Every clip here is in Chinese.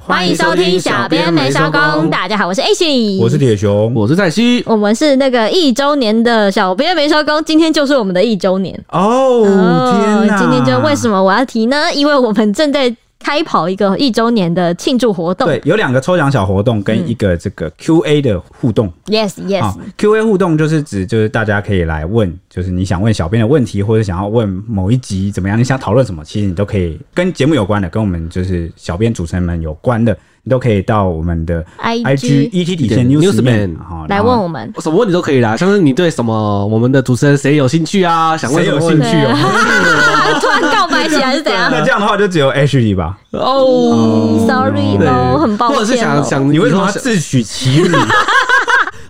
欢迎收听《小编没收工》，大家好，我是 H，我是铁熊，我是蔡西。我们是那个一周年的《小编没收工》，今天就是我们的一周年哦，天哪！今天就为什么我要提呢？因为我们正在开跑一个一周年的庆祝活动，对，有两个抽奖小活动跟一个这个 Q&A 的互动。 Yes Yes，、啊，Q&A 互动就是指就是大家可以来问，就是你想问小编的问题，或者想要问某一集怎么样，你想讨论什么，其实你都可以跟节目有关的，跟我们就是小编主持人们有关的，你都可以到我们的 IG IG ET 底线 Newsman Newsman 哦哈来问 我们。什么问题都可以啦，像是你对什么我们的主持人谁有兴趣啊？想问谁什有么兴问趣题 哦？突然告白起来是怎样 那这样的话就只有 H D 吧？哦？Sorry 对喽，很抱歉。或者是想，想你为什么以要后想自取其 辱？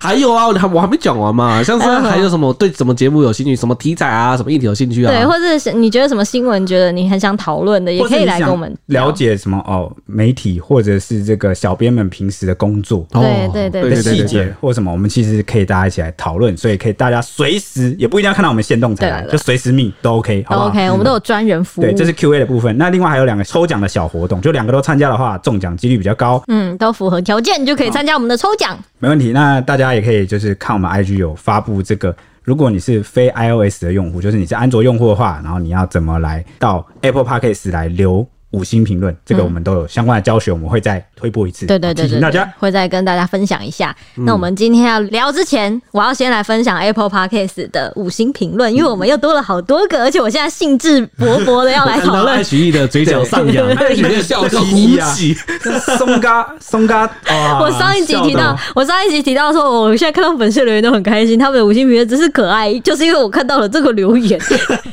还有啊，我还我还没讲完嘛，像是嗯还有什么对什么节目有兴趣，什么题材啊，什么议题有兴趣啊？对，或者是你觉得什么新闻，觉得你很想讨论的，也或可是以你来跟想我们了聊。解什么哦，媒体或者是这个小编们平时的工作哦对对对的对细节或什么，我们其实可以大家一起来讨论，所以可以大家随时也不一定要看到我们现动才来，对对就随时密都 OK，好不好嗯 OK，我们都有专人服务，对，这是 Q&A 的部分。那另外还有两个抽奖的小活动，就两个都参加的话，中奖几率比较高，嗯，都符合条件，就可以参加我们的抽奖。没问题。那大家也可以就是看我们 IG 有发布这个，如果你是非 iOS 的用户，就是你是安卓用户的话，然后你要怎么来到 Apple Podcast 来留五星评论，这个我们都有相关的教学，我们会再推播一次，对对对提对，醒大家。嗯会再跟大家分享一下。那我们今天要聊之前，我要先来分享 Apple Podcast 的五星评论，因为我们又多了好多个，而且我现在兴致勃勃的要来 我看讨到论爱。奇 E 艺的嘴角上扬，爱奇艺的笑容嘻鼓嘻啊起。 松嘎松嘎，哇 我上一集啊笑提得到，我上一集提到说，我现在看到粉丝留言都很开心，他们的五星评论真是可爱，就是因为我看到了这个 留言，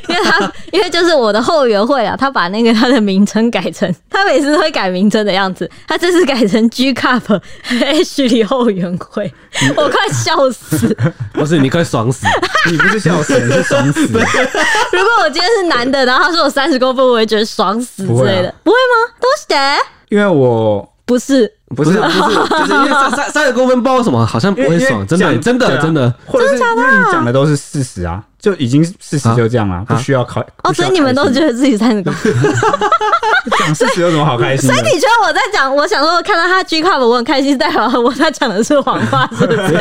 因为他因为就是我的后援会啊，他把那个他的名称改成，他每次都会改名称的样子，他这次改成 G Cup H 里后援会，嗯我快笑死。不是你快爽死！你不是笑死，你是爽死。如果我今天是男的，然后他说我三十公分，我也觉得爽死之类的，不会啊吗？都是因为我不是。不不是是不是，就是因为三三三十公分包什么，好像不因为会爽，真因的为真对的啊真的。或者是因为你讲的都是事实啊，就已经事实就这样了，啊不需要考。哦，不需所要以你们开都心觉得自己三十公分，讲事实有什么好开心所的以？你觉得我在讲，我想说看到他 G cup 我很开心，是代表我他讲的是谎话，是不是？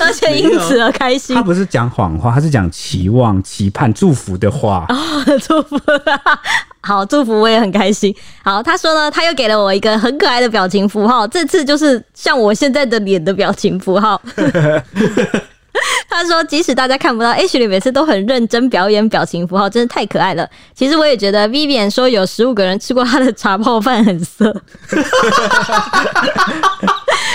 而且因此而开心他，不是讲谎话，他是讲期望、期盼、祝福的话。哦 祝福他。好，祝福我也很开心。好，他说呢，他又给了我一个很可爱的表情符号，这次就是像我现在的脸的表情符号。 他说，即使大家看不到，H 里每次都很认真表演表情符号，真是太可爱了。其实我也觉得 Vivian 说有十五个人吃过他的茶泡饭很色。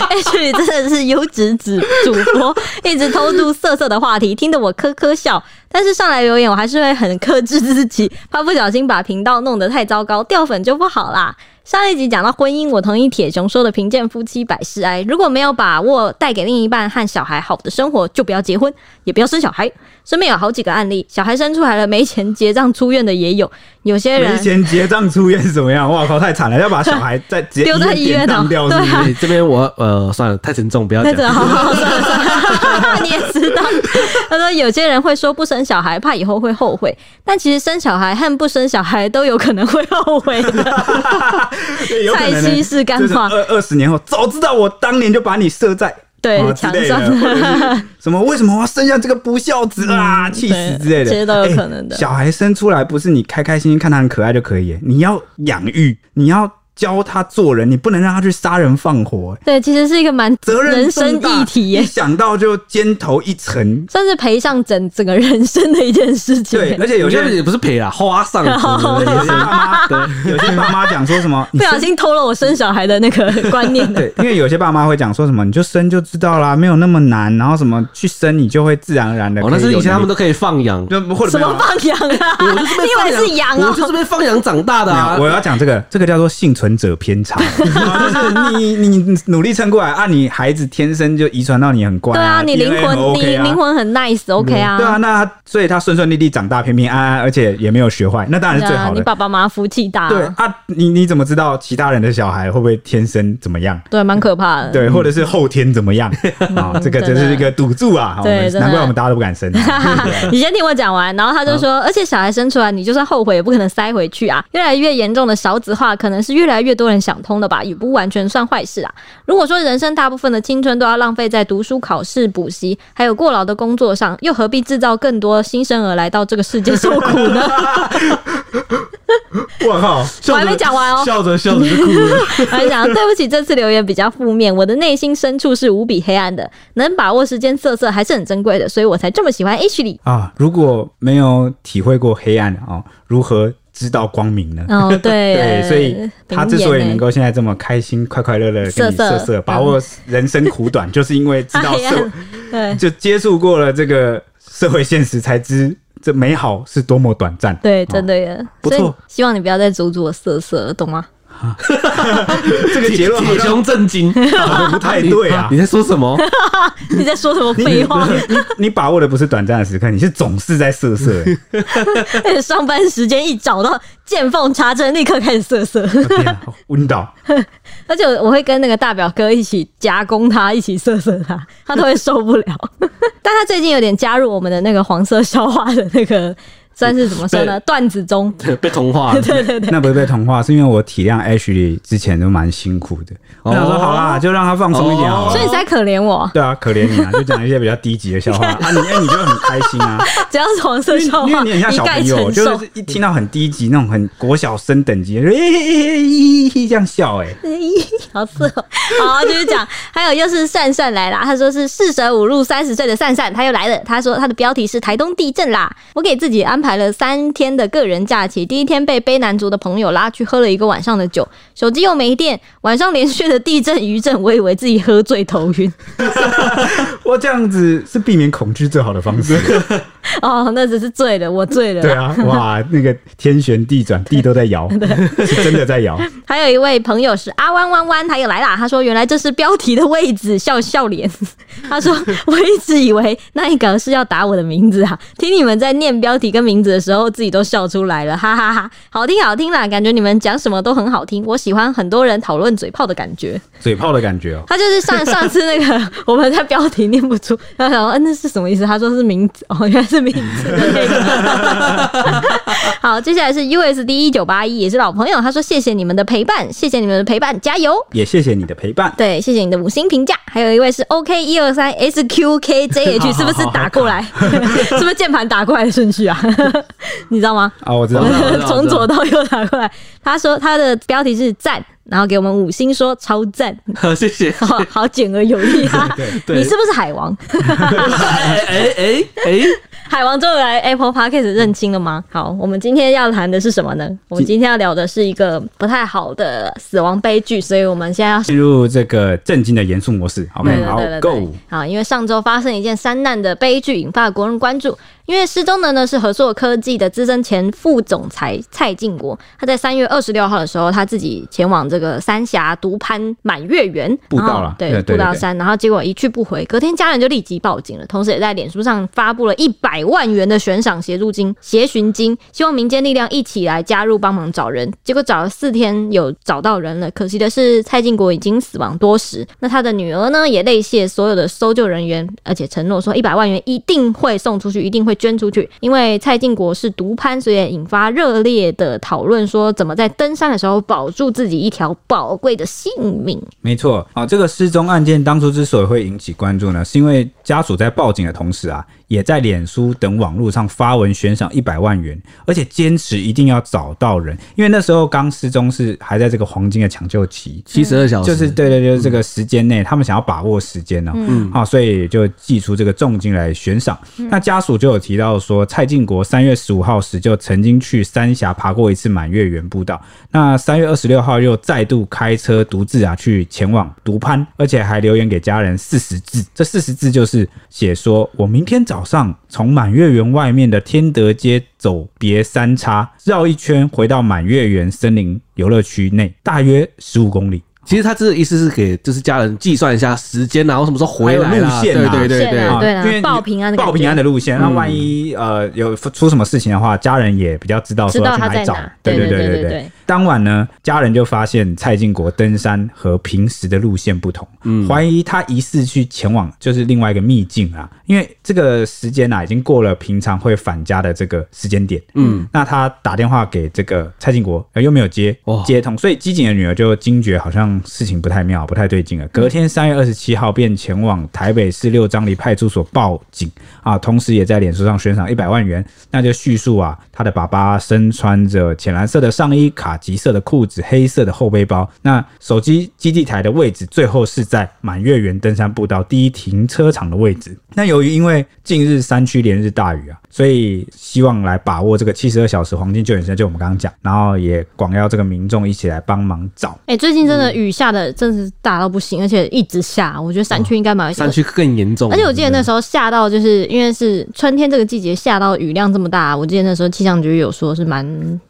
H 里真的是优质主主播，一直偷渡色色的话题，听得我咯咯笑。但是上来留言，我还是会很克制自己，怕不小心把频道弄得太糟糕，掉粉就不好啦。上一集讲到婚姻，我同意铁熊说的“贫贱夫妻百事哀”。如果没有把握带给另一半和小孩好的生活，就不要结婚，也不要生小孩。身边有好几个案例，小孩生出来了没钱结账出院的也有，有些人没钱结账出院是怎么样？哇靠，太惨了，要把小孩在直接丢在医院典哦当掉，是不对啊是？对，这边我呃算了，太沉重，不要那讲。个 好好算了算了，你也知道。他说有些人会说不生小孩怕以后会后悔，但其实生小孩和不生小孩都有可能会后悔的。对有可能呢啊蔡西是干话就是二二十年后，早知道我当年就把你射在对啊墙之类的上或者是什么为什么我要生下这个不孝子啊，气死之类的，嗯对这些都有可能的哎小孩生出来不是你开开心心看他很可爱就可以，你要养育，你要教他做人，你不能让他去杀人放火，对，其实是一个蛮责任人生重大议题一 耶，想到就肩头一沉。算是赔上整整个人生的一件事情对，耶。而且哎有我些觉得人也不是赔啦，花上之有类些的。 爸妈，有些爸妈讲说什 么，你不小心偷了我生小孩的那 个观念的。对，因为有些爸妈会讲说什么，你就生就知道啦，没有那么难，然后什么去生，你就会自然而然的。哦，那是以前他们都可以放养，就或者什没有么放羊啊？我就 是被你以放为养，是羊哦我就是被放养长大的啊啊没有。 我要讲这个，这个叫做幸存者偏 差，就是你你努力撑过来啊，你孩子天生就遗传到你很乖、对啊，你灵 DNA 很魂，你 OK 啊灵。魂很 nice，OK 啊对。啊，那他所以他顺顺利利长大，平平安安，而且也没有学坏，那当然是最好啊你的。爸爸妈妈福气大，对啊，你你怎么知道其他人的小孩会不会天生怎么样？对，蛮可怕的。对，或者是后天怎么样啊、这 个真真的是一个赌注啊！嗯对我们真的难怪我们大家都不敢生。啊 你先听我讲完，然后他嗯就说，而且小孩生出来，你就算后悔也不可能塞回去啊。越来越严重的少子化，可能是越来来越多人想通了吧，也不完全算坏事啊。如果说人生大部分的青春都要浪费在读书、考试、补习，还有过劳的工作上，又何必制造更多新生儿来到这个世界受苦 呢？我靠，我还没讲完哦笑着笑着就哭了。 我还想，对不起，这次留言比较负面，我的内心深处是无比黑暗的。能把握时间瑟瑟还是很珍贵的，所以我才这么喜欢 H 里。啊！如果没有体会过黑暗啊、哦，如何知道光明呢？哦，对，呃欸对，所以他之所以能够够现在这么开心、快快乐乐地跟你瑟嗯哎瑟瑟瑟，把握人生苦短，就是因为知道 黑社暗，对就接触过了这个社会现实，才知这美好是多么短暂。对，真的耶，哦不错所以希望你不要再阻止我瑟瑟 了，懂吗？ 这个结论好铁像胸震惊，不太对啊 你！在说什么？你在说什么你 废话？你你你把握的不是短暂的时刻，你是总是在瑟瑟、 欸上班时间一找到见缝插针，立刻开始瑟瑟。我天啊，晕倒！ 而且我会跟那个大表哥一起夹攻他，一起射射他，他都会受不了。 但他最近有点加入我们的那个黄色笑话的那个，算是怎么说呢？段子中，被同化了。对对对，那不是被同化，是因为我体谅 Ashley 之前都蛮辛苦的。我想说，哦好啦，就让他放松一点好哦所以了。你是在可怜我，对啊，可怜 你啊，就讲一些比较低级的笑话啊，你哎你就很开心啊，只要是黄色笑因为话，你很像一小概朋友，承就受。是一听到很低级那种很国小生等级，就欸欸欸欸咦咦这样笑哎、咦，好色哦！ 好，就是讲，还有又是善善来啦，他说是四舍五入三十岁的善善，他又来了。他说他的标题是台东地震啦，我给自己安排了三天的个人假期，第一天被卑南族的朋友拉去喝了一个晚上的酒，手机又没电，晚上连续的地震余震，我以为自己喝醉头晕。我这样子是避免恐惧最好的方式。哦，那只是醉了，我醉了啦。对啊，哇，那个天旋地转，地都在摇，是真的在摇。还有一位朋友是阿弯弯弯，他也来啦。他说原来这是标题的位置，笑笑脸。 他说我一直以为那一个是要打我的名字啊，听你们在念标题跟名字的时候，自己都笑出来了， 哈哈哈好听好听啦，感觉你们讲什么都很好听，我喜欢很多人讨论嘴炮的感觉。嘴炮的感觉哦，他就是上上次那个我们在标题念不出，然后想说、嗯那是什么意思？他说是名字，哦，原来是名字 的那个。好，接下来是 USD 一九八一，也是老朋友，他说谢谢你们的陪伴，谢谢你们的陪伴，加油！也谢谢你的陪伴。对，谢谢你的五星评价。还有一位是 OK 一二三 SQKJH，是不是打过来？ 是不是键盘打过来的顺序啊？ 你知道吗？啊，我知道了。哦我知道从左到右打过来。他说他的标题是赞，然后给我们五星说超赞。好， 谢谢。好好简而有力啊！对你是不是海王？哎哎哎哎，海王终于来 Apple Podcast 认清了吗？好，我们今天要谈的是什么呢？我们今天要聊的是一个不太好的死亡悲剧，所以我们现在要。进入这个震惊的严肃模式对，OK，对嗯好对对对，Go，，好，因为上周发生一件山难的悲剧，引发国人关注。因为失踪的呢是合作科技的资深前副总裁蔡进国，他在三月二十六号的时候，他自己前往这个三峡独攀满月园步然后道啦哦对对步对道对山，然后结果一去不回，隔天家人就立即报警了，同时也在脸书上发布了一百万元的悬赏协助金、协寻金，希望民间力量一起来加入帮忙找人。结果找了四天，有找到人了，可惜的是蔡进国已经死亡多时，那他的女儿呢也泪谢所有的搜救人员，而且承诺说一百万元一定会送出去，一定会捐出去，因为蔡进国是独攀，所以也引发热烈的讨论，说怎么在登山的时候保住自己一条宝贵的性命。没错。好，这个失踪案件当初之所以会引起关注呢，是因为家属在报警的同时啊，也在脸书等网络上发文悬赏一百万元，而且坚持一定要找到人，因为那时候刚失踪是还在这个黄金的抢救期，七十二小时就是对对，就是这个时间内，他们想要把握时间呢、嗯，好、所以就寄出这个重金来悬赏。嗯那家属就有提到说，蔡进国三月十五号时就曾经去三峡爬过一次满月园步道，那三月二十六号又再度开车独自啊去前往独攀，而且还留言给家人四十字，这四十字就是写说我明天早上从满月园外面的天德街走别三叉，绕一圈回到满月园森林游乐区内，大约十五公里。其实他这个意思是给就是家人计算一下时间啊，然后什么时候回来啦还有路线啊对对对路线对啊。对啦因为报平安的感觉报平安的路线。那万一呃有出什么事情的话，家人也比较知道说知道去他哪在里找哪。。对对对对对对。当晚呢，家人就发现蔡进国登山和平时的路线不同，怀疑他疑似去前往就是另外一个秘境啊，因为这个时间啊已经过了平常会返家的这个时间点。嗯，那他打电话给这个蔡进国，呃又没有接哇接通，所以机警的女儿就惊觉好像事情不太妙，不太对劲了。隔天三月二十七号便前往台北市六张里派出所报警啊，同时也在脸书上悬赏一百万元，那就叙述啊，他的爸爸身穿着浅蓝色的上衣、卡其色的裤子、黑色的后背包。那手机基地台的位置最后是在满月园登山步道第一停车场的位置。那由于因为近日山区连日大雨啊，所以希望来把握这个七十二小时黄金救援时间，就我们刚刚讲，然后也广邀这个民众一起来帮忙找。哎、最近真嗯的雨下的真是大到不行，而且一直下，我觉得山区应该蛮有、哦山区更严重。啊而且我记得那时候下到，就是因为是春天这个季节下到雨量这么大，我记得那时候气象局有说是蛮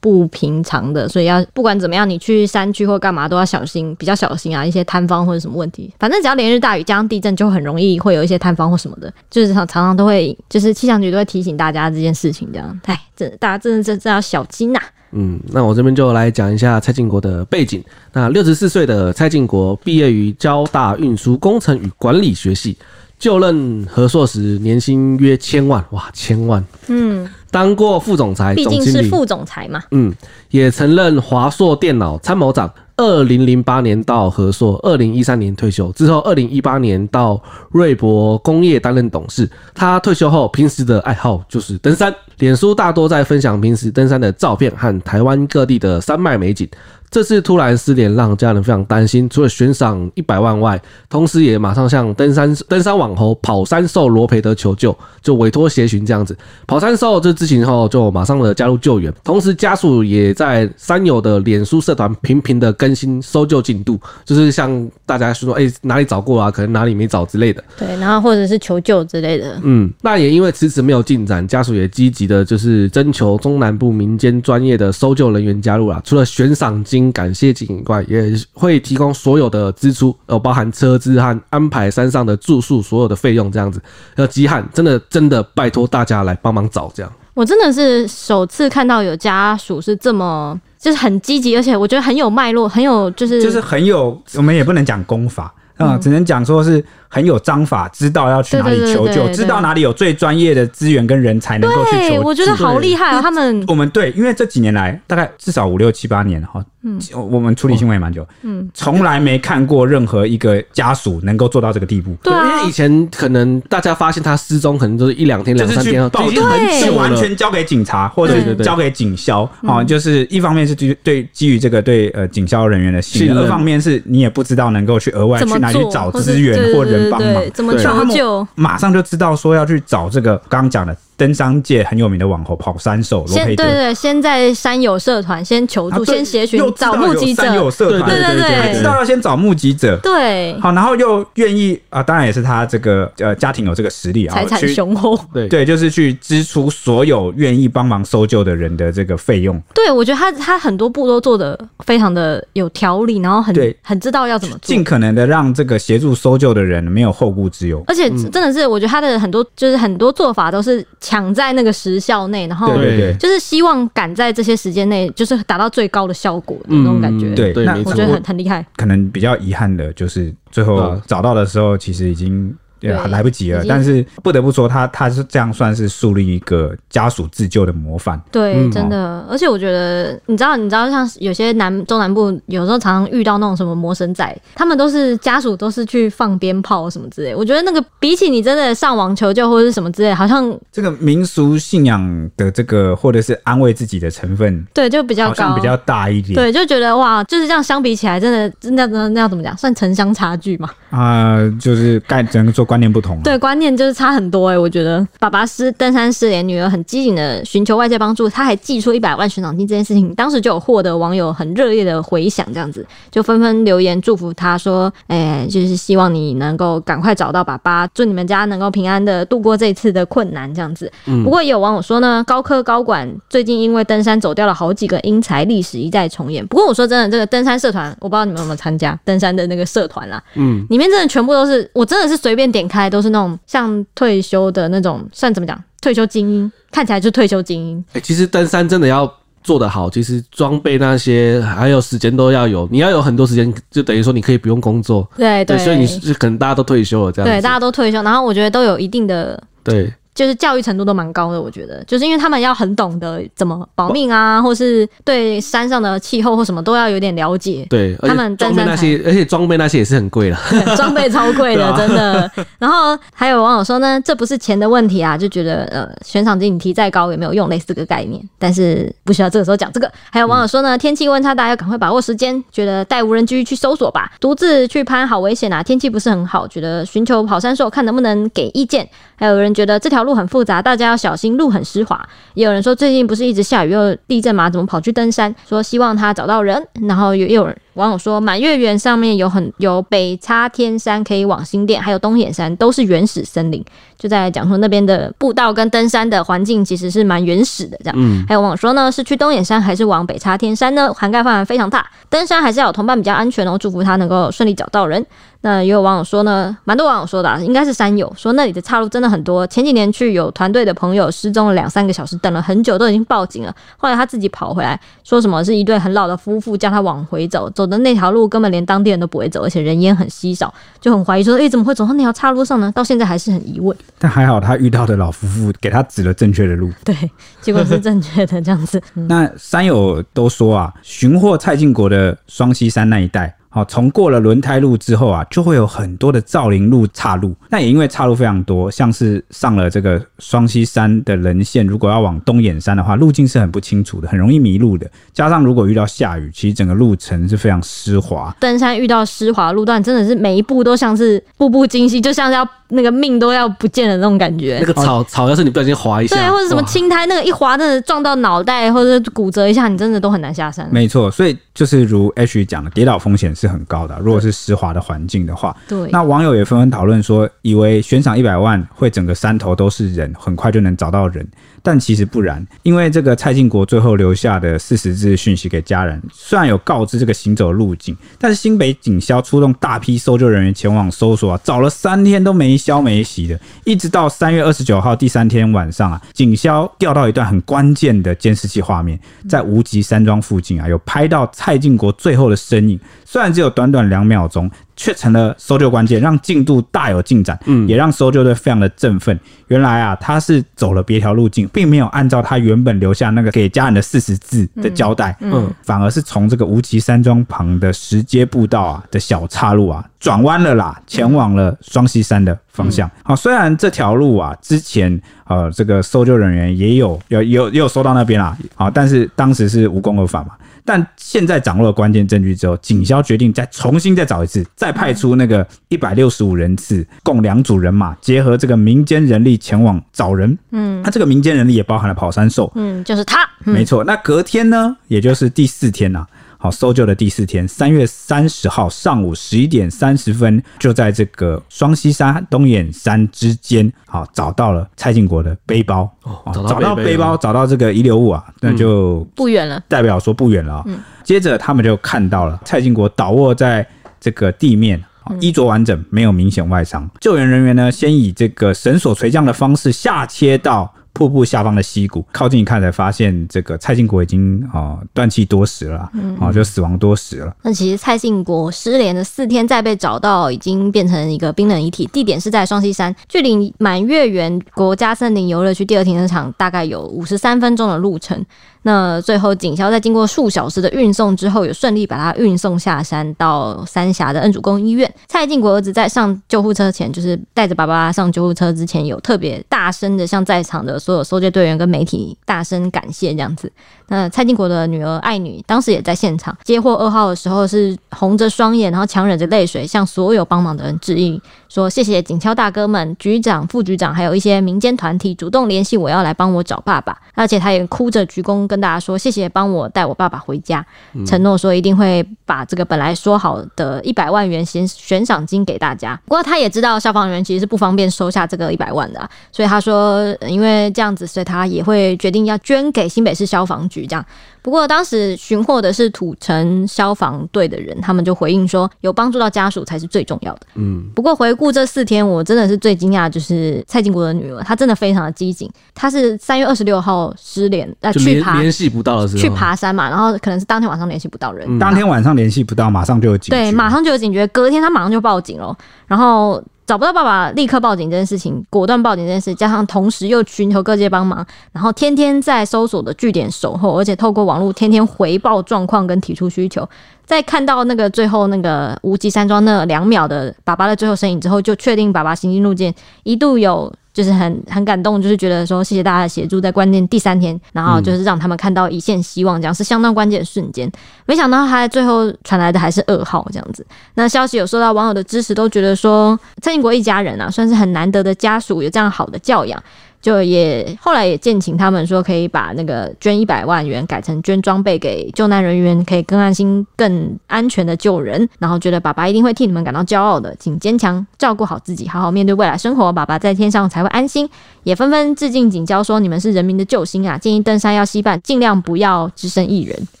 不平常的，所以要不管怎么样，你去山区或干嘛都要小心，比较小心啊，一些塌方或者什么问题。反正只要连日大雨加上地震，就很容易会有一些塌方或什么的，就是常常常都会，就是气象局都会提醒大家这件事情，这样，哎，真的大家真的真的要小心呐、嗯，那我这边就来讲一下蔡进国的背景。那六十四岁的蔡进国毕业于交大运输工程与管理学系，就任和硕时，年薪约千万，哇，千万！嗯，当过副总裁、毕哎总竟经是理，副总裁嘛，嗯，也曾任华硕电脑参谋长。二零零八年到和硕，二零一三年退休之后，二零一八年到瑞博工业担任董事。他退休后，平时的爱好就是登山，脸书大多在分享平时登山的照片和台湾各地的山脉美景。这次突然失联，让家人非常担心。除了悬赏一百万外，同时也马上向登山登山网红跑山兽罗培德求救，就委托协寻这样子。跑山兽这知情后，就马上的加入救援，同时家属也在山友的脸书社团频频的更新搜救进度，就是像大家说，哎、哪里找过啊，可能哪里没找之类的。对，然后或者是求救之类的，嗯， 那也因为迟迟没有进展，家属也积极的，就是征求中南部民间专业的搜救人员加入啦。除了悬赏金感谢金以外，也会提供所有的支出，呃，包含车资和安排山上的住宿所有的费用这样子。要极罕，真的真的拜托大家来帮忙找这样。我真的是首次看到有家属是这么，就是很积极，而且我觉得很有脉络，很有就是嗯就是很有，我们也不能讲功法啊、只能讲说是很有章法，知道要去哪里对对对求对救，对知道哪里有最专业的资源跟人才能够去求对，救。哎我觉得好厉害啊！他们我们对，因为这几年来，大概至少五六七八年哈，嗯，我们处理新闻也蛮久，嗯，从来没看过任何一个家属能够做到这个地步，对啊因为以前可能大家发现他失踪，可能就是一两天、就两是三去天，报已经警很对是久完了。全交给警察或者对对嗯是对交给警消啊，就是一方面是基对基于这个对呃警消人员的信任，信任二方面是你也不知道能够去额外怎么去哪里做找或资是源对或对人对帮对忙，啊怎么对他求们救？马上就知道说要去找这个刚刚讲的登山界很有名的网红跑山手罗先佩对德。对，对先在山友社团先求啊助，对先协寻又知道找目击有山者有，社团对对对还知道要先找目击者。对，好，然后又愿意啊、当然也是他这个呃家庭有这个实力啊，财产去雄厚。对对，就是去支出所有愿意帮忙搜救的人的这个费用，对，我觉得他他很多步都做的非常的有条理，然后很对很知道要怎么做尽。可能的让这个协助搜救的人没有后顾之忧。而且真的是，我觉得他的很多就是很多做法都是抢在那个时效内，然后对对对对就是希望赶在这些时间内，就是达到最高的效果的那种感觉。嗯对对，那没我错觉得很很厉害。可能比较遗憾的就是最后啊找到的时候，其实已经。对呃，来不及已了，经但是不得不说他，他是这样算是树立一个家属自救的模范。对，嗯真的，而且我觉得，你知道，你知道，像有些南中南部，有时候常常遇到那种什么魔神仔，他们都是家属，都是去放鞭炮什么之类。我觉得那个比起你真的上网求救或者是什么之类，好像这个民俗信仰的这个，或者是安慰自己的成分，对就比较好像高，比较大一点。对，就觉得哇，就是这样相比起来，真的那那那要怎么讲，算城乡差距嘛？啊、就是概只能说观念不同、啊。对，观念就是差很多哎、我觉得爸爸失登山失联，女儿很机警的寻求外界帮助，他还寄出一百万悬赏金这件事情，当时就有获得网友很热烈的回响，这样子就纷纷留言祝福他说，哎、就是希望你能够赶快找到爸爸，祝你们家能够平安的度过这一次的困难，这样子。不过也有网友说呢，高科高管最近因为登山走掉了好几个英才，历史一再重演。不过我说真的，这个登山社团，我不知道你们有没有参加登山的那个社团啦，嗯，里面真的全部都是，我真的是随便点开都是那种像退休的那种，算怎么讲，退休精英，看起来就退休精英，哎、其实登山真的要做得好，其实装备那些还有时间都要有，你要有很多时间，就等于说你可以不用工作。哎对对，所以你是可能大家都退休了这样对子。大家都退休，然后我觉得都有一定的。对就是教育程度都蛮高的，我觉得，就是因为他们要很懂得怎么保命啊，或是对山上的气候或什么都要有点了解。对，而他们且登装备山那些，而且装备那些也是很贵了。对 装备超贵对的，啊真的。然后还有网友说呢，这不是钱的问题啊，就觉得呃，悬赏金你提再高也没有用，类似这个概念。但是不需要这个时候讲这个。还有网友说呢，天气温差大，要赶快把握时间，觉得带无人机去搜索吧，独自去攀好危险啊，天气不是很好，觉得寻求跑山兽看能不能给意见。还有人觉得这条路很复杂，大家要小心，路很湿滑。也有人说最近不是一直下雨又地震吗？怎么跑去登山？说希望他找到人。然后也有人网友说满月园上面有很有北叉天山可以往新店，还有东眼山都是原始森林，就在讲说那边的步道跟登山的环境其实是蛮原始的这样。还有网友说呢，是去东眼山还是往北叉天山呢？涵盖范围非常大，登山还是要有同伴比较安全哦。祝福他能够顺利找到人。那也有网友说呢，蛮多网友说的、啊，应该是山友说那里的岔路真的很多。前几年去有团队的朋友失踪了两三个小时，等了很久都已经报警了，后来他自己跑回来，说什么是一对很老的夫妇叫他往回走，走的那条路根本连当地人都不会走，而且人烟很稀少，就很怀疑说，诶、怎么会走到那条岔路上呢？到现在还是很疑问。但还好他遇到的老夫妇给他指了正确的路。 对，结果是正确的这样 子。那山友都说啊，寻获蔡进国的双溪山那一带，好、从过了轮胎路之后啊，就会有很多的造林路岔路。那也因为岔路非常多，像是上了这个双溪山的人线，如果要往东眼山的话，路径是很不清楚的，很容易迷路的。加上如果遇到下雨，其实整个路程是非常湿滑。登山遇到湿滑路段，真的是每一步都像是步步惊心，就像是要那个命都要不见的那种感觉那。个草草，要是你不小心滑一下，哦对，或者什么哇青苔，那个一滑，真的撞到脑袋或者骨折一下，你真的都很难下山。没错，所以就是如 H 讲的，跌倒风险是很高的。啊如果是湿滑的环境的话，对，那网友也纷纷讨论说，以为悬赏一百万会整个山头都是人，很快就能找到人，但其实不然，因为这个蔡进国最后留下的四十字讯息给家人，虽然有告知这个行走路径，但是新北警消出动大批搜救人员前往搜索啊，找了三天都没消没息的，一直到三月二十九号第三天晚上啊，警消调到一段很关键的监视器画面，在无极山庄附近啊，有拍到蔡进国最后的身影，虽然只有短短两秒钟，却成了搜救关键，让进度大有进展，也让搜救队非常的振奋。原来啊，他是走了别条路径，并没有按照他原本留下那个给家人的四十字的交代，嗯，反而是从这个无极山庄旁的石阶步道啊的小岔路啊转弯了嗯啦，前往了双溪山的方向。好、虽然这条路啊之前呃这个搜救人员也有有有也有搜到那边啦，好、但是当时是无功而返嘛。但现在掌握了关键证据之后，警消决定再重新再找一次，再派出那个一百六十五人次，共两组人马，结合这个民间人力前往找人。嗯，那这个民间人力也包含了跑山兽，嗯，就是他，嗯没错。那隔天呢，也就是第四天呐、好，搜救的第四天，三月三十号上午十一点三十分，就在这个双溪山、东眼山之间，好找到了蔡进国的背包，哦找到找到背包嗯背包，找到这个遗留物啊，那就不远了。代表说不远了、哦。嗯接着他们就看到了蔡进国倒卧在这个地面。哦嗯衣着完整，没有明显外伤。救援人员呢，先以这个绳索垂降的方式下切到瀑布下方的溪谷，靠近一看才发现，这个蔡进国已经哦断气多时了啦，嗯哦就死亡多时了。那其实蔡信国失联的四天再被找到，已经变成一个冰冷遗体。地点是在双溪山，距离满月园国家森林游乐区第二停车场大概有五十三分钟的路程。那最后警消在经过数小时的运送之后，有顺利把他运送下山到三峡的恩主公医院。蔡进国儿子在上救护车前，就是带着爸爸上救护车之前，有特别大声的向在场的所有搜救队员跟媒体大声感谢这样子。那蔡进国的女儿爱女当时也在现场，接获噩耗的时候是红着双眼，然后强忍着泪水，向所有帮忙的人致意，说谢谢警校大哥们、局长、副局长，还有一些民间团体主动联系我要来帮我找爸爸，而且他也哭着鞠躬跟大家说谢谢帮我带我爸爸回家，承诺说一定会把这个本来说好的一百万元悬悬赏金给大家。不过他也知道消防员其实是不方便收下这个一百万的啊、所以他说，呃因为这样子，所以他也会决定要捐给新北市消防局这样。不过当时寻获的是土城消防队的人，他们就回应说，有帮助到家属才是最重要的。嗯，不过回顾这四天，我真的是最惊讶，就是蔡经国的女儿，她真的非常的机警。她是三月二十六号失联，呃，就去联爬联系不到的时候，去爬山嘛，然后可能是当天晚上联系不到人，当天晚上联系不到，马上就有警嗯对，局马上就有警觉，隔天他马上就报警了，然后找不到爸爸，立刻报警这件事情，果断报警这件事，加上同时又寻求各界帮忙，然后天天在搜索的据点守候，而且透过网络天天回报状况跟提出需求。在看到那个最后那个无极山庄那两秒的爸爸的最后身影之后，就确定爸爸行进路线，一度有就是很 很感动，就是觉得说谢谢大家的协助，在关键第三天，然后就是让他们看到一线希望，这样是相当关键的瞬间。没想到他最后传来的还是噩耗这样子。那消息有受到网友的支持，都觉得说蔡英国一家人啊，算是很难得的家属有这样好的教养，就也后来也建请他们说可以把那个捐一百万元改成捐装备给救难人员，可以更安心、更安全的救人。然后觉得爸爸一定会替你们感到骄傲的，请坚强，照顾好自己，好好面对未来生活，爸爸在天上才会安心。也纷纷致敬警交说你们是人民的救星啊，建议登山要惜伴，尽量不要只身一人。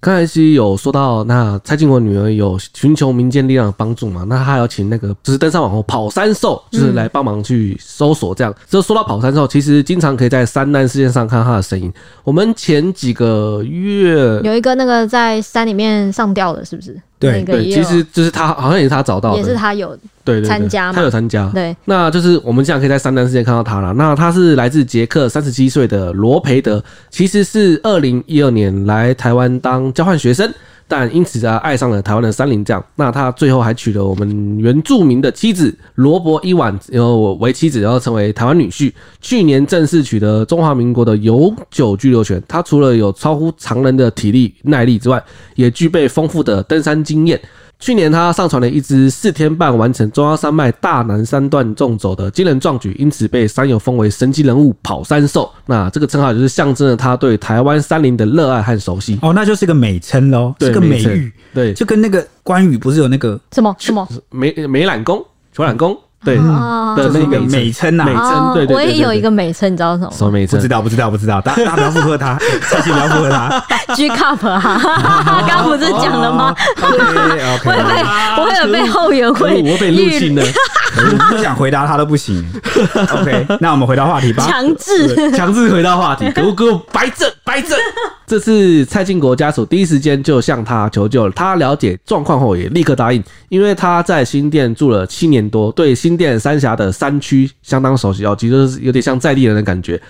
刚才其实有说到，那蔡靖国女儿有寻求民间力量的帮助嘛？那她还有请那个就是登山网红跑山兽，就是来帮忙去搜索这样。就说到跑山兽，其实经常可以在山难事件上看到她的身影。我们前几个月。有一个那个在山里面上吊的，是不是？对那个对，也其有实就是她，好像也是她找到的，也是他有对对对参加嘛她有参加，对，那就是我们这样可以在三单事件看到他了。那他是来自捷克，三十七岁的罗培德，其实是二零一二年来台湾当交换学生，但因此啊爱上了台湾的山林。这样，那他最后还娶了我们原住民的妻子罗伯伊婉，然后我为妻子，然后成为台湾女婿。去年正式取得中华民国的永久居留权。他除了有超乎常人的体力耐力之外，也具备丰富的登山经验。去年他上传了一支四天半完成中央山脉大南山段纵走的惊人壮举，因此被山友封为神级人物“跑山兽”。那这个称号就是象征了他对台湾山林的热爱和熟悉。哦，那就是个美称喽，对是个美称誉，对，就跟那个关羽不是有那个什么什么美美懒公、球懒公，对的啊就是那一个个美称呐、美称哦对对对对我也有一个美称，你知道什么什么美不称知？道不知道不知道，大大家不要附和他， 哎蔡琴不要附和他， ？G cup 哦啊，刚不是讲了吗？哦我也被我也被后援可会恶哦哎我被入侵了。不想回答他都不行。OK，那我们回到话题吧。强制。对强制回到 话题，给我给我白正白正。这次蔡进国家属第一时间就向他求救了，他了解状况后也立刻答应，因为他在新店住了七年多，对新店三峡的山区相当熟悉哦，其实就是有点像在地人的感觉。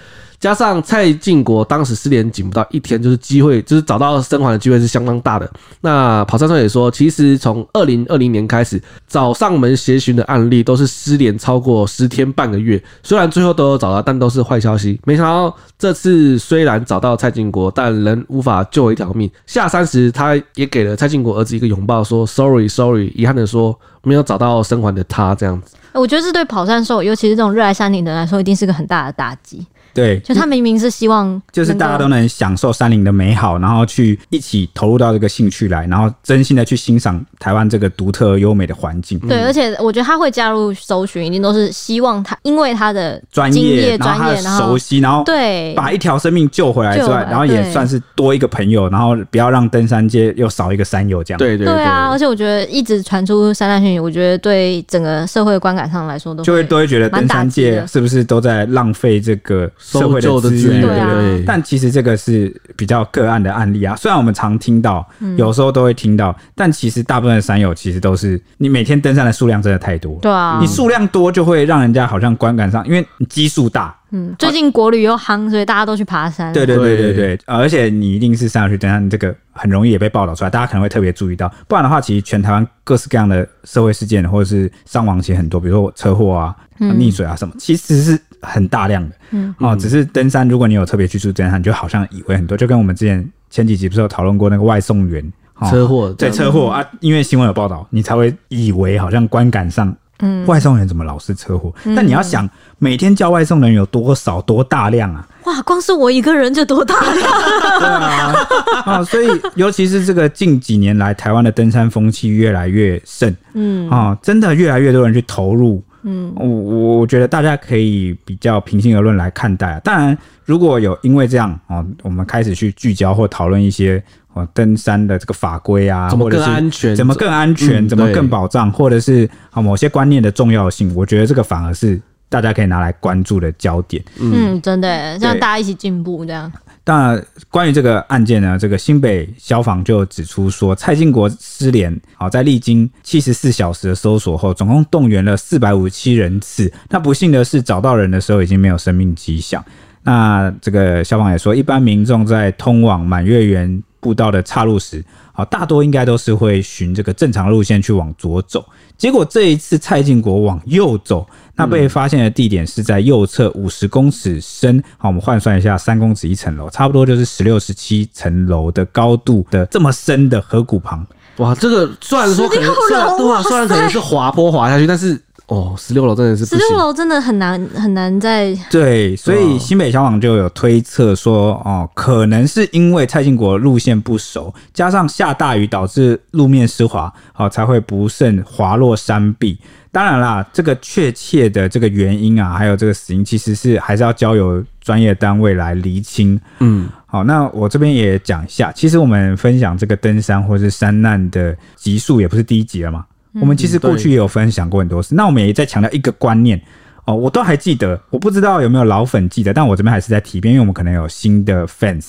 加上蔡进国当时失联仅不到一天，就是机会，就是找到生还的机会是相当大的。那跑山上也说，其实从二零二零年开始，找上门协寻的案例都是失联超过十天半个月，虽然最后都有找到，但都是坏消息。没想到这次虽然找到蔡进国，但仍无法救回一条命。下山时，他也给了蔡进国儿子一个拥抱，说 “sorry sorry”，遗憾的说没有找到生还的他这样子。我觉得这对跑山兽，尤其是这种热爱山林的人来说，一定是个很大的打击。对，就他明明是希望，就是大家都能享受山林的美好，然后去一起投入到这个兴趣来，然后真心的去欣赏台湾这个独特而优美的环境。对，而且我觉得他会加入搜寻，一定都是希望他，因为他的专经业，业、然后专他业，的然后熟悉，然后对把一条生命救回来之救回外，来然后也对算是多一个朋友，然后不要让登山界又少一个山友这样。，对对对啊，而且我觉得一直传出三大讯息，我觉得对整个社会观感上来说都就会都会觉得蛮登打山击界的是不是都在浪费这个社搜会救的资资源，源？对啊对但其实这个是比较个案的案例啊，虽然我们常听到，嗯有时候都会听到，但其实大部分的山友其实都是你每天登山的数量真的太多，对啊你，数量多就会让人家好像观感上，因为你基数大，嗯，最近国旅又夯，所以大家都去爬山。对对对对对对，呃而且你一定是上去登山，这个很容易也被报道出来，大家可能会特别注意到。不然的话，其实全台湾各式各样的社会事件或者是伤亡其实很多，比如说车祸啊、溺水啊什么，其实是很大量的。嗯，哦，只是登山，如果你有特别去住登山，你就好像以为很多，就跟我们之前前几集不是有讨论过那个外送员、哦、车祸这对样车祸啊，因为新闻有报道，你才会以为好像观感上，嗯，外送员怎么老是车祸？但你要想，每天叫外送的人有多少、多大量啊？哇，光是我一个人就多大量，对啊， 啊，所以尤其是这个近几年来，台湾的登山风气越来越盛，嗯，啊，真的越来越多人去投入嗯，我我我觉得大家可以比较平心而论来看待啊。当然，如果有因为这样哦，我们开始去聚焦或讨论一些哦登山的这个法规啊，怎么或者更是安全怎么更安全，嗯怎么对更保障，或者是啊某些观念的重要性，我觉得这个反而是大家可以拿来关注的焦点。 嗯，真的耶，这样对大家一起进步，这样那关于这个案件呢，这个新北消防就指出说，蔡进国失联，好、在历经七十四小时的搜索后，总共动员了四百五十七人次。那不幸的是，找到人的时候已经没有生命迹象。那这个消防也说，一般民众在通往满月园步道的岔路时，好、大多应该都是会循这个正常路线去往左走。结果这一次蔡进国往右走，那被发现的地点是在右侧五十公尺深，好，我们换算一下，三公尺一层楼，差不多就是十六、十七层楼的高度的这么深的河谷旁。哇，这个虽然说可能16虽然楼对啊哇虽然可能是滑坡滑下去，但是哦，十六楼真的是不十行六。楼真的很难很难在对，所以新北消防就有推测说，哦，可能是因为蔡进国路线不熟，加上下大雨导致路面湿滑，哦，才会不慎滑落山壁。当然啦，这个确切的这个原因啊，还有这个死因，其实是还是要交由专业单位来厘清。嗯，好，那我这边也讲一下，其实我们分享这个登山或是山难的集数也不是第一集了嘛。我们其实过去也有分享过很多次，那我们也在强调一个观念哦，我都还记得，我不知道有没有老粉记得，但我这边还是在提，因为我们可能有新的 fans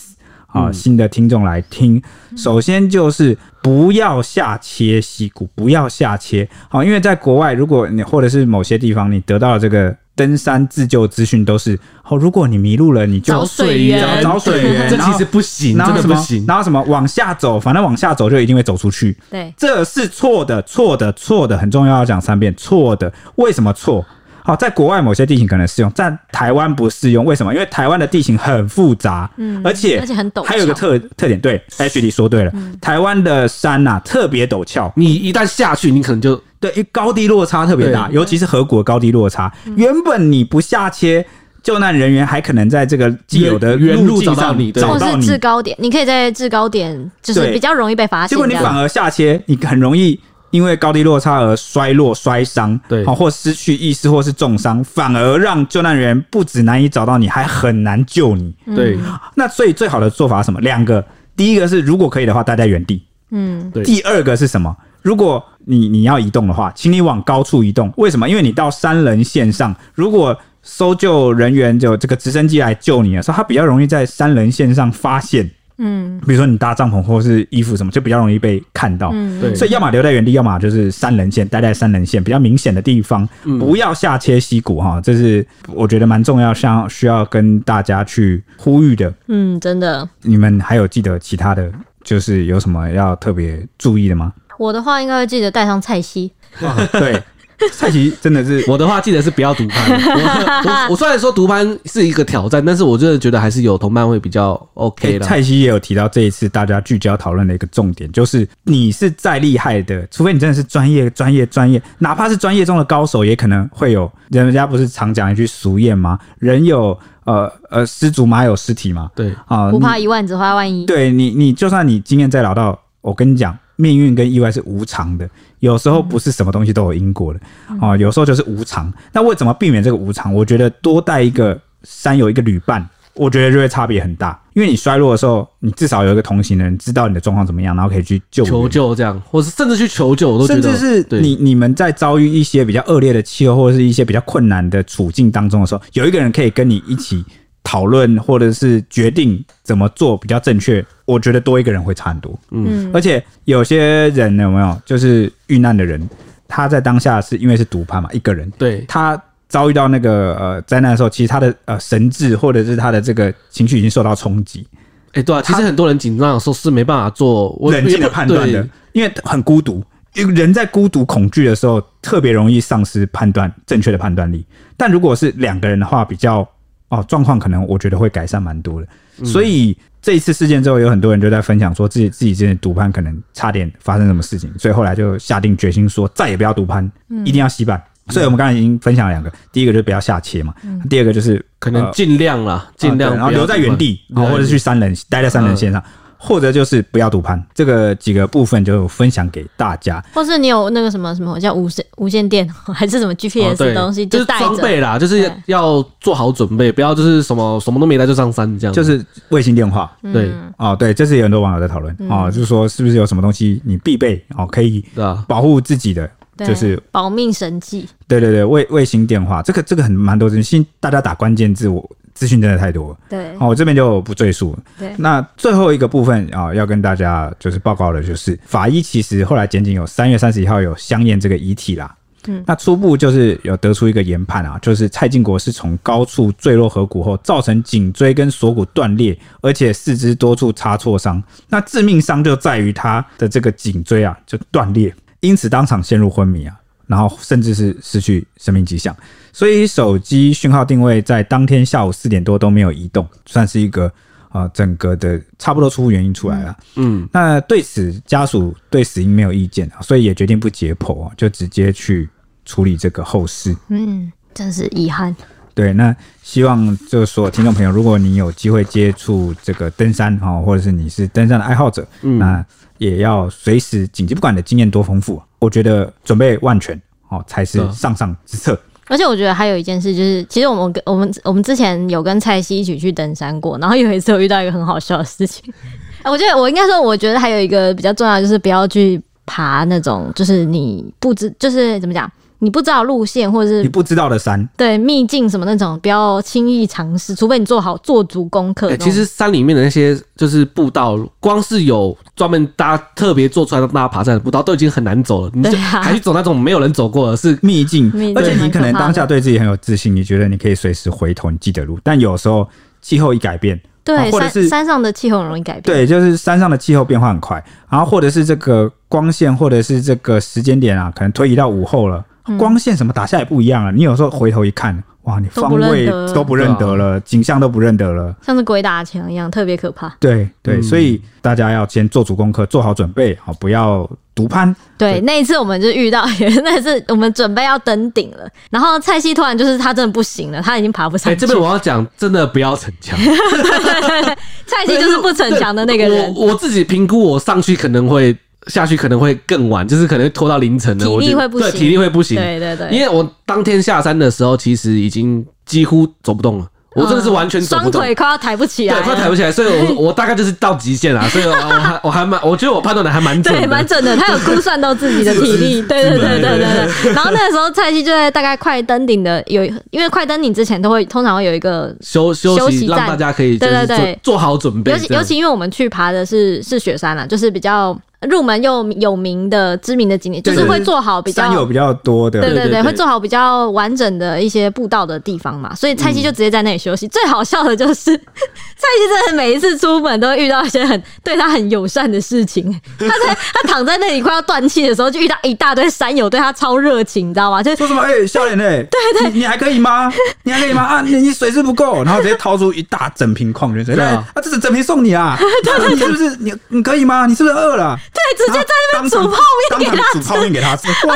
啊、新的听众来听。首先就是不要下切溪谷，不要下切，好、因为在国外，如果你或者是某些地方，你得到了这个登山自救资讯，都是哦，如果你迷路了，你就找水源找找水源，这然后其实不行，然后真的什不么行。然后什么往下走，反正往下走就一定会走出去。对，这是错的，错的，错的，很重要，要讲三遍，错的。为什么错？好，在国外某些地形可能适用，在台湾不适用。为什么？因为台湾的地形很复杂，嗯，而且而且很陡还有一个峭嗯特特点，对，H D 说对了，台湾的山呐、特别陡峭，你一旦下去，你可能就对，因为高低落差特别大，对尤其是河谷的高低落差。嗯原本你不下切，救难人员还可能在这个既有的原原路路径找到上你对找或到是你，制高点，你可以在制高点，就是对比较容易被发现。结果你这样反而下切，你很容易因为高低落差而衰落、摔伤，对好或失去意识或是重伤，反而让救难人员不止难以找到你，还很难救你。嗯对那所以最好的做法是什么？两个，第一个是如果可以的话，待在原地；嗯，对第二个是什么？如果你你要移动的话，请你往高处移动。为什么？因为你到三人线上，如果搜救人员就这个直升机来救你的时候，他比较容易在三人线上发现。嗯，比如说你搭帐篷或是衣服什么，就比较容易被看到。嗯对，所以要么留在原地，要么就是三人线，待在三人线比较明显的地方，不要下切溪谷哈，这是我觉得蛮重要，像需要跟大家去呼吁的。嗯，真的。你们还有记得其他的，就是有什么要特别注意的吗？我的话应该会记得带上菜西， 对，蔡奇真的是我的话记得是不要独 攀。我我我虽然说独攀是一个挑战，但是我真的觉得还是有同伴会比较 OK 欸啦。蔡西也有提到这一次大家聚焦讨论的一个重点，就是你是再厉害的，除非你真的是专业、专业、专业，哪怕是专业中的高手，也可能会有人家不是常讲一句俗谚吗？人有呃呃失足，马有失蹄嘛。对，啊、不怕一万，只怕万一嗯你。对你，你就算你经验再老到，我跟你讲，命运跟意外是无常的，有时候不是什么东西都有因果的啊、有时候就是无常。那为什么避免这个无常？我觉得多带一个山友一个旅伴，我觉得就会差别很大。因为你衰落的时候，你至少有一个同行的人知道你的状况怎么样，然后可以去救求援。救这样，或是甚至去求救，我都觉甚得至是对你你们在遭遇一些比较恶劣的气候或者是一些比较困难的处境当中的时候，有一个人可以跟你一起讨论，或者是决定怎么做比较正确。我觉得多一个人会差很多。嗯，而且有些人有没有就是遇难的人，他在当下是因为是独攀嘛，一个人，对他遭遇到那个呃灾难的时候，其实他的呃神智或者是他的这个情绪已经受到冲击，哎、对啊，其实很多人紧张的时候是没办法做我冷静的判断的对，因为很孤独。因为人在孤独、恐惧的时候，特别容易丧失判断正确的判断力。但如果是两个人的话，比较哦状况可能我觉得会改善蛮多的。嗯所以这一次事件之后，有很多人就在分享说自己自己之前独攀可能差点发生什么事情，所以后来就下定决心说再也不要独攀，嗯一定要洗板。所以我们刚才已经分享了两个，第一个就是不要下切嘛，嗯第二个就是可能呃尽量啦，尽啊对量不然要后留在原地，对嗯啊或者是去三人待在三人线上。或者就是不要赌盘，这个几个部分就分享给大家。或是你有那个什么什么叫无线无线电 还是什么哦 GPS 对的东西，就是带装着。备啦，就是对要做好准备，不要就是什么什么都没带就上山这样。就是卫星电话对嗯哦，对，这次有很多网友在讨论哦，就是说是不是有什么东西你必备哦，可以对啊，保护自己的，对就是保命神技，对对对，卫卫星电话，这个这个很蛮多资讯，大家打关键字，我资讯真的太多了。对哦，我这边就不赘述了。对那最后一个部分啊、要跟大家就是报告的，就是法医其实后来检警有三月三十一号有相验这个遗体啦。嗯那初步就是有得出一个研判啊，就是蔡进国是从高处坠落河谷后，造成颈椎跟锁骨断裂，而且四肢多处擦挫伤。那致命伤就在于他的这个颈椎啊就断裂，因此当场陷入昏迷啊，然后甚至是失去生命迹象。所以手机讯号定位在当天下午四点多都没有移动，算是一个啊、呃整个的差不多出乎原因出来了。嗯，那对此家属对死因没有意见啊，所以也决定不解剖啊，就直接去处理这个后事。嗯，真是遗憾。对，那希望就是说，听众朋友，如果你有机会接触这个登山哈、哦，或者是你是登山的爱好者，嗯那也要随时谨记，不管你的经验多丰富，我觉得准备万全哦，才是对上上之策。而且我觉得还有一件事，就是其实我们跟我们我们之前有跟蔡西一起去登山过，然后有一次我遇到一个很好笑的事情， 啊我觉得我应该说，我觉得还有一个比较重要的就是不要去爬那种就是你不知就是怎么讲，你不知道路线或者你是不知道的山，对秘境什么那种，不要轻易尝试，除非你做好做足功课哎、那种。其实山里面的那些就是步道，光是有专门大家特别做出来让大家爬山的步道，都已经很难走了，你就对啊还去走那种没有人走过的，是秘境秘，境而且你蛮可可能怕当的下对自己很有自信，你觉得你可以随时回头，你记得路。但有时候气候一改变，啊对或者山是山上的气候很容易改变。对，就是山上的气候变化很快，然后或者是这个光线，或者是这个时间点啊，可能推移到午后了，嗯光线什么打下来不一样了。你有时候回头一看，哇，你都方不认位得了都不认得了，景象都不认得了。像是鬼打墙一样，特别可怕。对对，嗯所以大家要先做足功课，做好准备，好，不要独攀。对，那一次我们就遇到， 那次我们准备要登顶了，然后蔡西突然就是他真的不行了，他已经爬不哎、上去。这边我要讲，真的不要逞 强，蔡西就是不逞强的那个人，我我自己评估，我上去可能会下去可能会更晚，就是可能会拖到凌晨了。体力我觉得会不行对，体力会不行。对对因对，为我当天下山的时候，其实已经几乎走不动了，我真的是完全走嗯不双动。腿快要抬不起来对，了，快抬不起来，所以我 我大概就是到极限了，所以我我还我还蛮，我觉得我判断的还蛮准对，的，蛮准的，他有估算到自己 的体力，对对对对对对。然后那个时候蔡西就在大概快登顶的有，因为快登顶之前都会通常会有一个休休休息，息让站大家可以就对是对做对做好准备尤其这样。尤其因为我们去爬的是是雪山啦，啊就是比较入门又有名的知名的景点，就对是对会做好比较山有比较多的对对对对对，会做好比较完整的一些步道的地方嘛，所以蔡西就直接在那里休息。嗯最好笑的就是 蔡西真的每一次出门都会遇到一些很对他很友善的事情。 他在他躺在那里快要断气的时候，就遇到一大堆山友对他超热情，你知道吗？就说什么？哎、笑脸哎，对对你，你还可以吗？你还可以吗？啊，你你水质不够，然后直接掏出一大整瓶矿泉水对来啊啊，这是整瓶送你 啊！啊你是不是你你可以吗？你是不是饿了？对，直接在那边煮泡面当给他场吃煮。泡面给他吃， 哇！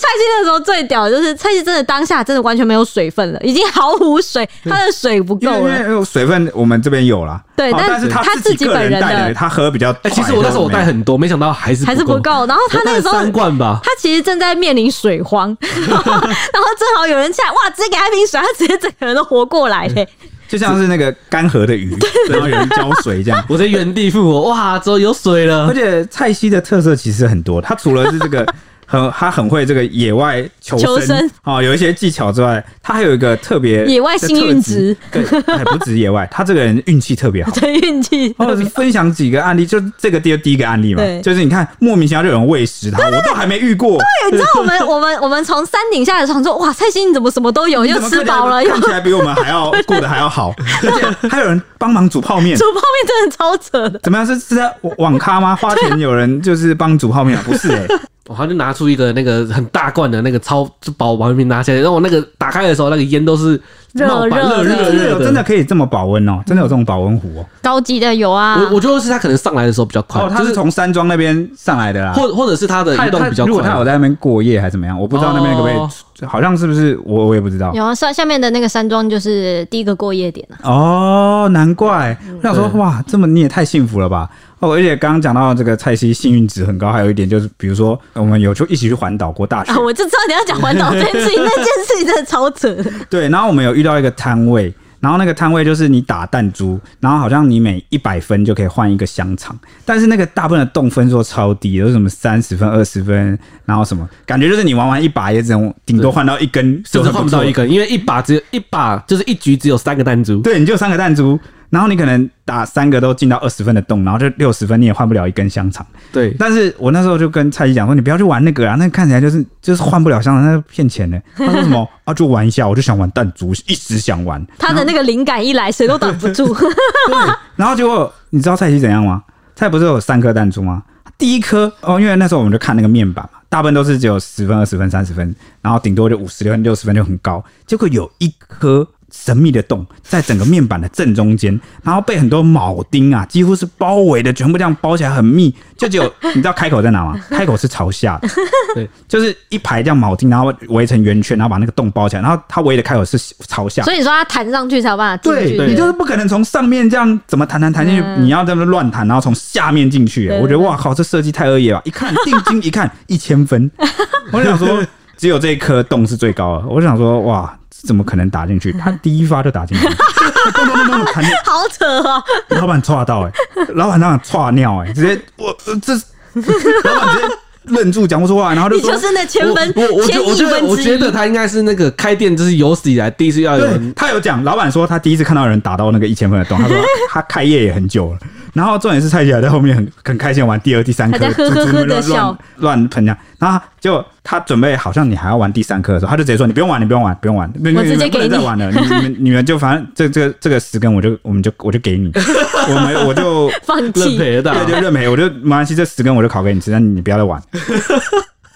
蔡西那时候最屌的就是蔡西真的当下真的完全没有水分了，已经毫无水， 他的水不因为够因了。为水分我们这边有啦，对好但但是他自自己个本人人带的，的他喝比较快。哎、其实我那时候我带没有很多，没想到还是还是不够。够，然后他我那带了个时候三罐啊吧，他其实正在面临水 荒，然后然后正好有人下来，哇，直接给他一瓶水，他直接整个人都活过来 嘞、就像是那个干涸的鱼，然后有人浇水这样。我在原地复活，哇，之后有水了嗯而。且蔡西的特色其实很多，他除了是这 个很他很会这个野外求生求生哦，有一些技巧之外，他还有一个特别野外幸运值的特质，对，哎不止野外，他这个人运气特别 好。对运气。或者是分享几个案例，就这个第第一个案例嘛对，就是你看莫名其妙就有人喂食他，我都还没遇过，你知道我们我们我们从山顶下来的时候想说，哇，蔡欣你怎么什么都有，你又怎么吃饱了，又看起来看起来比我们还要过得还要 好，而且还有人帮忙煮泡面，煮泡面，真的超扯的。怎么样？是是在网网咖 吗？花钱有人就是帮煮泡面啊？不是哎、我他就拿出一个那个很大罐的那个超就把我完瓶拿起来，然后我那个打开的时候，那个烟都是热冒热啊热热的真的热有真的可以这么保温哦，真的有这种保温壶哦。高级的有啊，我我觉得是他可能上来的时候比较快，哦，它就是从山庄那边上来的啦。或或者是他的它移动比它较如果他有快。在那边过夜还怎么样，我不知道那边可不哦可以，好像是不是我我也不知道。有啊，上下面的那个山庄就是第一个过夜点啊，哦，难怪我想说，对哇，这么你也太幸福了吧！哦，而且刚刚讲到这个蔡西幸运值很高，还有一点就是，比如说我们有就一起去环岛过大学啊，，我就知道你要讲环岛这件 事情，那件事情真的超扯的。对，然后我们有遇到一个摊位，然后那个摊位就是你打弹珠，然后好像你每一百分就可以换一个香肠，但是那个大部分的动分数超低，有什么三十分、二十分，然后什么，感觉就是你玩完一把也只能顶多换到一根，甚至就换不到一根。根，因为一把只有一把，就是一局只有三个弹珠。对，你就三个弹珠，然后你可能打三个都进到二十分的洞，然后就六十分你也换不了一根香肠。对，但是我那时候就跟蔡西讲说，你不要去玩那个啊，那看起来就是就是换不了香肠，那是骗钱的。他说什么啊，就玩一下，我就想玩弹珠，一直想玩。他的那个灵感一来，谁都挡不住。 然后结果你知道蔡西怎样吗？蔡不是有三颗弹珠吗？第一颗哦，因为那时候我们就看那个面板嘛，大部分都是只有十分、二十分、三十分，然后顶多就五十分、六十分就很高。结果有一颗神秘的洞在整个面板的正中间，然后被很多铆钉啊，几乎是包围的，全部这样包起来很密。就只有你知道开口在哪吗？开口是朝下的，对，就是一排这样铆钉，然后围成圆圈，然后把那个洞包起来，然后它围的开口是朝下，所以你说他弹上去才有办法进对去，嗯你就是不可能从上面这样怎么弹弹弹进去，你要这么乱弹，然后从下面进去。欸我觉得哇靠，这设计太恶意了啊吧！一看定睛一 看，一千分，我想说只有这一颗洞是最高的，我想说哇，怎么可能打 进去？他第一发就打进去， 咚咚咚咚咚弹进去好扯哦。老板岔到哎、老板当场岔尿哎、直接我呃这 老板直接愣住讲不出话，然后就你说就是那千分我我我觉千我亿觉得分我之觉得一。他应该是那个开店就是有史以来第一次要有对人他有讲，老板说他第一次看到有人打到那个一千分的洞，他说他开业也很久了。然后重点是蔡姐还在后面很很开心玩第二、第三颗，还在呵呵呵猪猪地乱笑乱喷这样。然后就他准备好像你还要玩第三颗的时候，他就直接说你不用玩，你不用玩，不用玩，我我直接给能再你玩了，你你们你们就反正这这这个十根我就我们就我就给你，我们我就。放认弃，赔的啊对，，就认赔，我就没关系，这十根我就烤给你吃，但你不要再玩。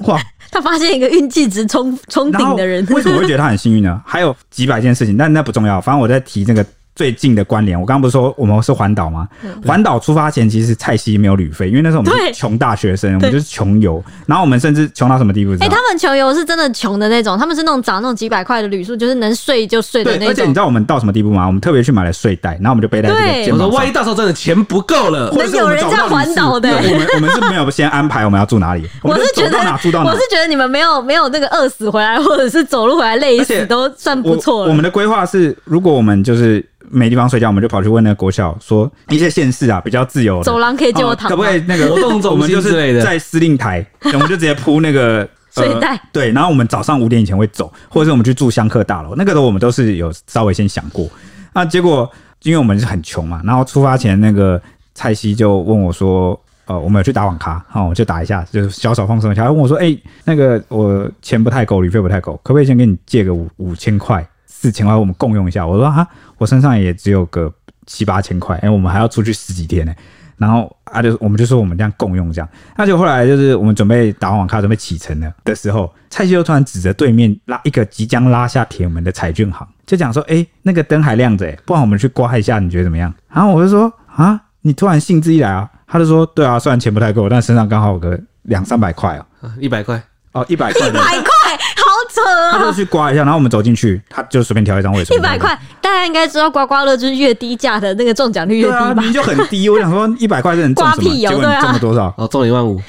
哇，他发现一个运气值冲冲然后，顶的人为什么会觉得他很幸运呢？还有几百件事情，但那不重要。反正我在提那个最近的关联。我刚刚不是说我们是环岛吗？环岛出发前，其实蔡西没有旅费，因为那时候我们是嗯对穷大学生，我们就是穷游。然后我们甚至穷到什么地步？ 哎、哎他们穷游是真的穷的那种，他们是那种找那种几百块的旅宿，就是能睡就睡的对，那而且你种知。道我们到什么地步吗？我们特别去买了睡袋，然后我们就背在这个对肩我膀上说万一。到时候真的钱不 够了，或者是能有我们人找不这样旅环岛宿的对我们我们是没有先安排我们要住哪里，我们是就觉走到得哪住到，哪我是。觉得你们没有没有那个饿死回来，或者是走路回来累而且死，都算不我错我。了。们的规划是，如果我们就是没地方睡觉，我们就跑去问那个国小说一些县市啊比较自由的走廊可以借我哦躺可不吗可以那个活动中心我们就是之类的在司令 台，我们就直接铺那个。呃睡袋对，然后我们早上五点以前会走，或者是我们去住香客大楼，那个都我们都是有稍微先想过。那结果因为我们是很穷嘛，然后出发前那个蔡西就问我说：“呃，我们有去打网咖，哦，我就打一下，就是小手放松一下。”他问我说：“哎、那个我钱不太够，旅费不太够，可不可以先给你借个五五千块、四千块，我们共用一下？”我说：“啊，我身上也只有个七八千块，哎、我们还要出去十几天呢、然后啊就我们就说我们这样共用这样，那就后来就是我们准备打完网咖准备启程了的时候，蔡西又突然指着对面拉一个即将拉下铁门的彩券行，就讲说：“哎、那个灯还亮着、哎，不然我们去刮一下，你觉得怎么样？”然后我就说：“啊，你突然兴致一来啊！”他就说：“对啊，虽然钱不太够，但身上刚好有个两三百块哦，一百块，哦一百块。” 一百块，好扯他啊！就去刮一下，然后我们走进去，他就随便挑一张位置，一百块，大家应该知道刮刮乐就是越低价的那个中奖率越对低啊，吧？明明就很低。我想说一百块是能中 什么？刮屁结哦果你对啊啊中了多 少？哦，中了一万五，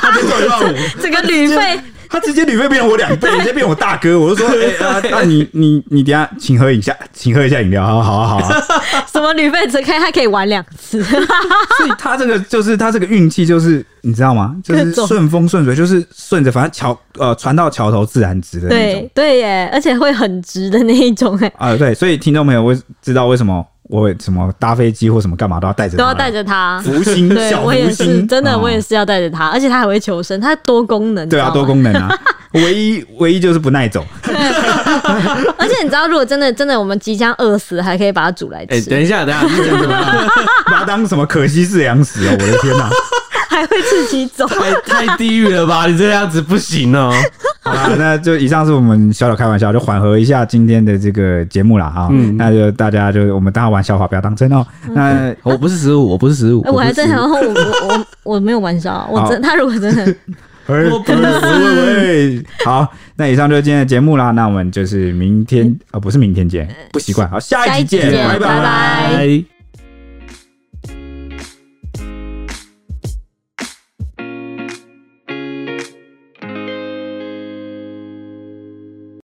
他就中一万五。整个旅 费他直接旅费变成我两倍，直接变我大哥。我就说，哎、啊那、你你你等一下请喝一下，请喝一下饮料，好好好好。什么旅费只开，还可以玩两次，所以他这个就是他这个运气，就是你知道吗？就是各种顺风顺水，就是顺着，反正桥呃船到桥头自然直的那种对。对耶，而且会很值的那一种哎，啊、对，所以听众朋友会知道为什么我什么搭飞机或什么干嘛都要带着，都要带。着它。福星对小我福也是，星，真的嗯我也是要带着它，而且它还会求生，它多功能。对啊，你知道多吗功能啊。唯一唯一就是不耐走，而且你知道，如果真的真的我们即将饿死，还可以把它煮来哎，吃，等一下， 等一下，你讲什么把它当什么可惜是粮食哦！我的天哪、还会自己走。太太地狱了吧？你这样子不行哦，好啦，那就以上是我们小小开玩笑，就缓和一下今天的这个节目啦啊。嗯那就大家就我们大家玩笑话不要当真哦。那我不是十五，我不是十五，哎我还不是在15想，我 我我我没有玩笑，啊我真他如果真的喂 我不是喂喂好，那以上就是今天的节目啦。嗯哦那我们就是明天啊、呃不是明天见，不习惯。好，下一集下一见，集见拜拜拜拜。